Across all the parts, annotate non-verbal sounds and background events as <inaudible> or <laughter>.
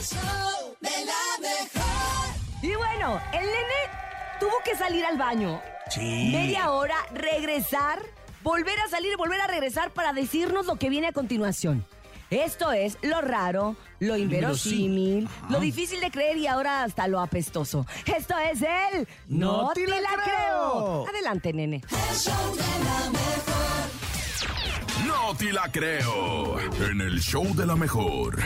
show de la mejor. Y bueno, el nene tuvo que salir al baño. Sí. Media hora, regresar, volver a salir, volver a regresar para decirnos lo que viene a continuación. Esto es lo raro, lo inverosímil, Ajá. lo difícil de creer y ahora hasta lo apestoso. Esto es el No te la creo. Adelante, nene. El show de la mejor. No te la creo. En el show de la mejor.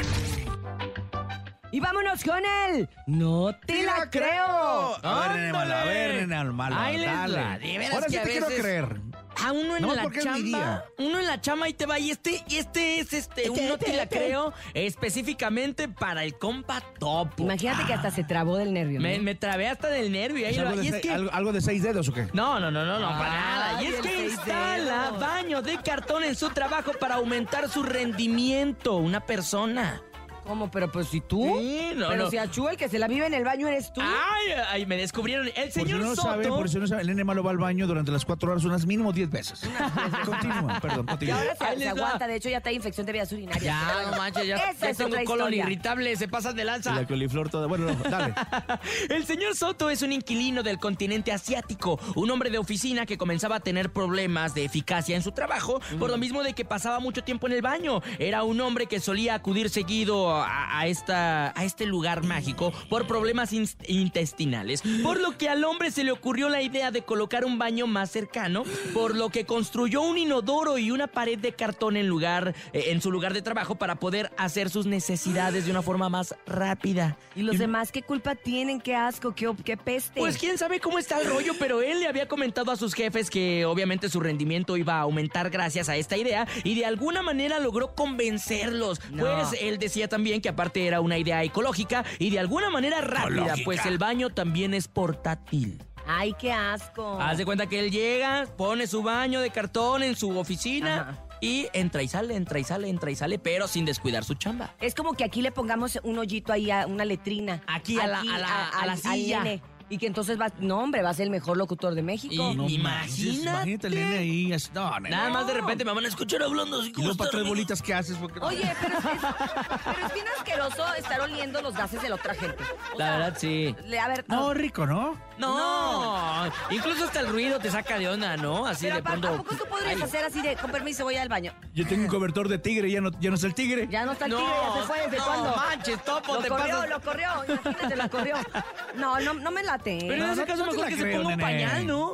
Y vámonos con el No te la, creo. A ver, nene malo, a ver, nene al malo, Ahí les dale. va, de veras Ahora que sí a te quiero veces- creer. A uno en Nomás la porque es mi chamba. día. Uno en la chamba y te va. Y este, y este es este. Un Este, no este, te la este. creo específicamente para el compa topo. Ah, Imagínate que hasta se trabó del nervio. Me, ¿no? me trabé hasta del nervio. y ahí ¿Es lo- algo, y de es seis, que. algo- Ah, algo de seis dedos o qué? No, no, no, no, no, para nada. Ay, Y es el que seis instala dedos. baño de cartón en su trabajo para aumentar su rendimiento. Una persona. ¿Cómo? Pero pues si tú. Sí, no, pero no. Ah, si Achú, el que se la vive en el baño eres tú. Ay, ay, me descubrieron. El Por si señor no lo Soto. saben, por si no saben, el nene malo va al baño durante las cuatro horas unas mínimo diez veces. continúa, perdón, Y continúa. ahora se, Ahí se les va. aguanta, de hecho ya está infección de vías urinarias. Ya, Pero no manches, ya, Esa ya es tengo otra colon historia. irritable, se pasan de Y lanza. la coliflor toda. Bueno, no, <laughs> dale. El señor Soto es un inquilino del continente asiático, un hombre de oficina que comenzaba a tener problemas de eficacia en su trabajo por Mm. lo mismo de que pasaba mucho tiempo en el baño. Era un hombre que solía acudir seguido a, a esta, a este lugar mágico por problemas ins- intestinales, por lo que al hombre se le ocurrió la idea de colocar un baño más cercano, por lo que construyó un inodoro y una pared de cartón en lugar eh, en su lugar de trabajo para poder hacer sus necesidades de una forma más rápida. ¿Y los demás qué culpa tienen? ¿Qué asco? ¿Qué, qué peste? Pues quién sabe cómo está el rollo, pero él le había comentado a sus jefes que obviamente su rendimiento iba a aumentar gracias a esta idea y de alguna manera logró convencerlos. No. Pues él decía también que aparte era una idea ecológica y de alguna manera rápida, Ecológica. pues el baño también es portátil. Ay, qué asco. Haz de cuenta que él llega, pone su baño de cartón en su oficina Ajá. y entra y sale, entra y sale, entra y sale, pero sin descuidar su chamba. Es como que aquí le pongamos un hoyito ahí a una letrina. Aquí, a la- a la- a la al- al silla. nene. Y que entonces va, no hombre, va a ser el mejor locutor de México. Y- No Imagínate. manches, Imagínate el nene ahí. así, No, nene. Nada más de repente me van a escuchar hablando así Y como... luego para estar, tres amigo. bolitas, ¿qué haces? Porque no- Oye, pero es, pero es bien asqueroso estar oliendo los gases de la otra gente. O La sea, verdad, sí. le- A ver, No, rico, ¿no? No. incluso hasta el ruido te saca de onda, ¿no? Así pero de ¿a- pronto. ¿a poco tú podrías Ay, hacer así de, con permiso, voy al baño? Yo tengo un cobertor de tigre, ya no, ya no es el tigre. Ya no está el No, tigre, ya se fue, ¿desde no, cuándo? manches, topo, Lo te corrió, pasas. lo corrió, imagínate, lo corrió. No, no, no me late. Pero en No, ese no, caso no te mejor la que se creo, ponga un nene. pañal, ¿no?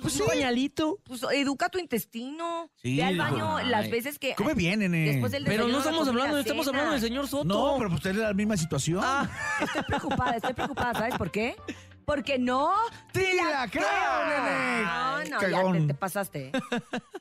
Pues un pañalito. Pues educa tu intestino. Sí, Ve al baño ay. las veces que. Come bien, nene. Después del Pero desayuno, no estamos la comida, hablando, estamos cena. hablando del señor Soto. No, pero pues es la misma situación. Ah, Estoy preocupada, estoy preocupada, ¿sabes por qué? Porque no. ¡Te la creo, nene! No, no, ya Cagón. te, te pasaste. ¿eh?